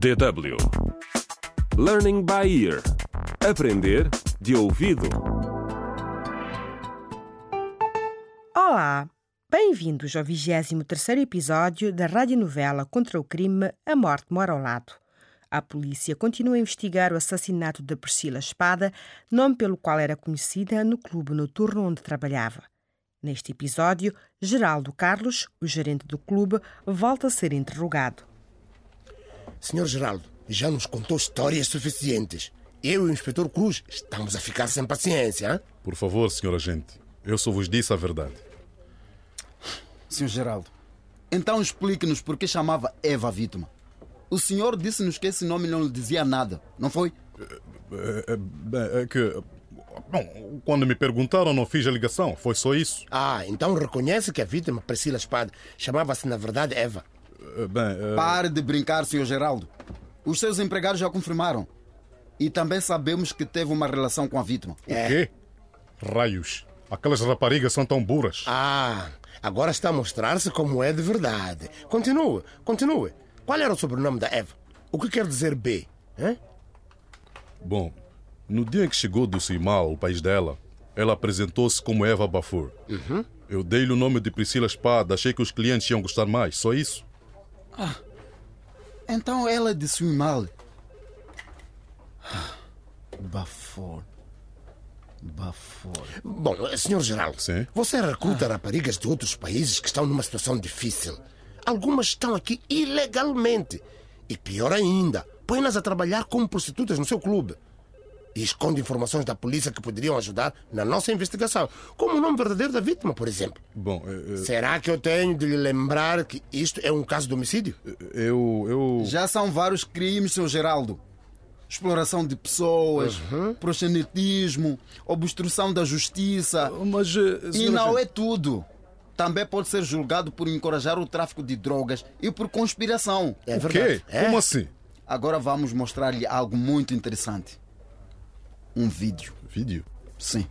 DW Learning by Ear Aprender de ouvido Olá! Bem-vindos ao 23º episódio da radionovela contra o crime A Morte Mora ao Lado. A polícia continua a investigar o assassinato de Priscila Espada, nome pelo qual era conhecida no clube noturno onde trabalhava. Neste episódio, Geraldo Carlos, o gerente do clube, volta a ser interrogado. Senhor Geraldo, já nos contou histórias suficientes. Eu e o Inspetor Cruz estamos a ficar sem paciência. Hein? Por favor, senhor agente, eu só vos disse a verdade. Senhor Geraldo, então explique-nos por que chamava Eva a vítima. O senhor disse-nos que esse nome não lhe dizia nada, não foi? É, é, bem, é que. Bom, quando me perguntaram, não fiz a ligação. Foi só isso. Ah, então reconhece que a vítima, Priscila Espada, chamava-se na verdade Eva. É, Bem, é, Pare de brincar, senhor Geraldo. Os seus empregados já confirmaram. E também sabemos que teve uma relação com a vítima. É. o é, quê? Raios. Aquelas raparigas são tão burras. Ah, agora está a mostrar-se como é de verdade. Continue, continue. Qual era o sobrenome da Eva? O que quer dizer B? Hein? Bom, no dia em que chegou do Simal, o país dela, ela apresentou-se como Eva Bafur. Uhum. Eu dei-lhe o nome de Priscila Espada, achei que os clientes iam gostar mais, só isso. Então ela disse mal. Ah, Bafor. Bafor. Bom, senhor Geraldo, Sim. você recruta raparigas de outros países que estão numa situação difícil. Algumas estão aqui ilegalmente. E pior ainda, põe-nas a trabalhar como prostitutas no seu clube. E esconde informações da polícia que poderiam ajudar na nossa investigação, como o nome verdadeiro da vítima, por exemplo. Bom, é, Será que eu tenho de lhe lembrar que isto é um caso de homicídio? é, eu. eu... Já são vários crimes, senhor Geraldo. Exploração de pessoas, proxenetismo, obstrução da justiça. Mas. eh, E senhor não agente- é tudo. Também pode ser julgado por encorajar o tráfico de drogas e por conspiração. É O quê? verdade. É? Como assim? Agora vamos mostrar-lhe algo muito interessante. Um vídeo. Vídeo. Sim.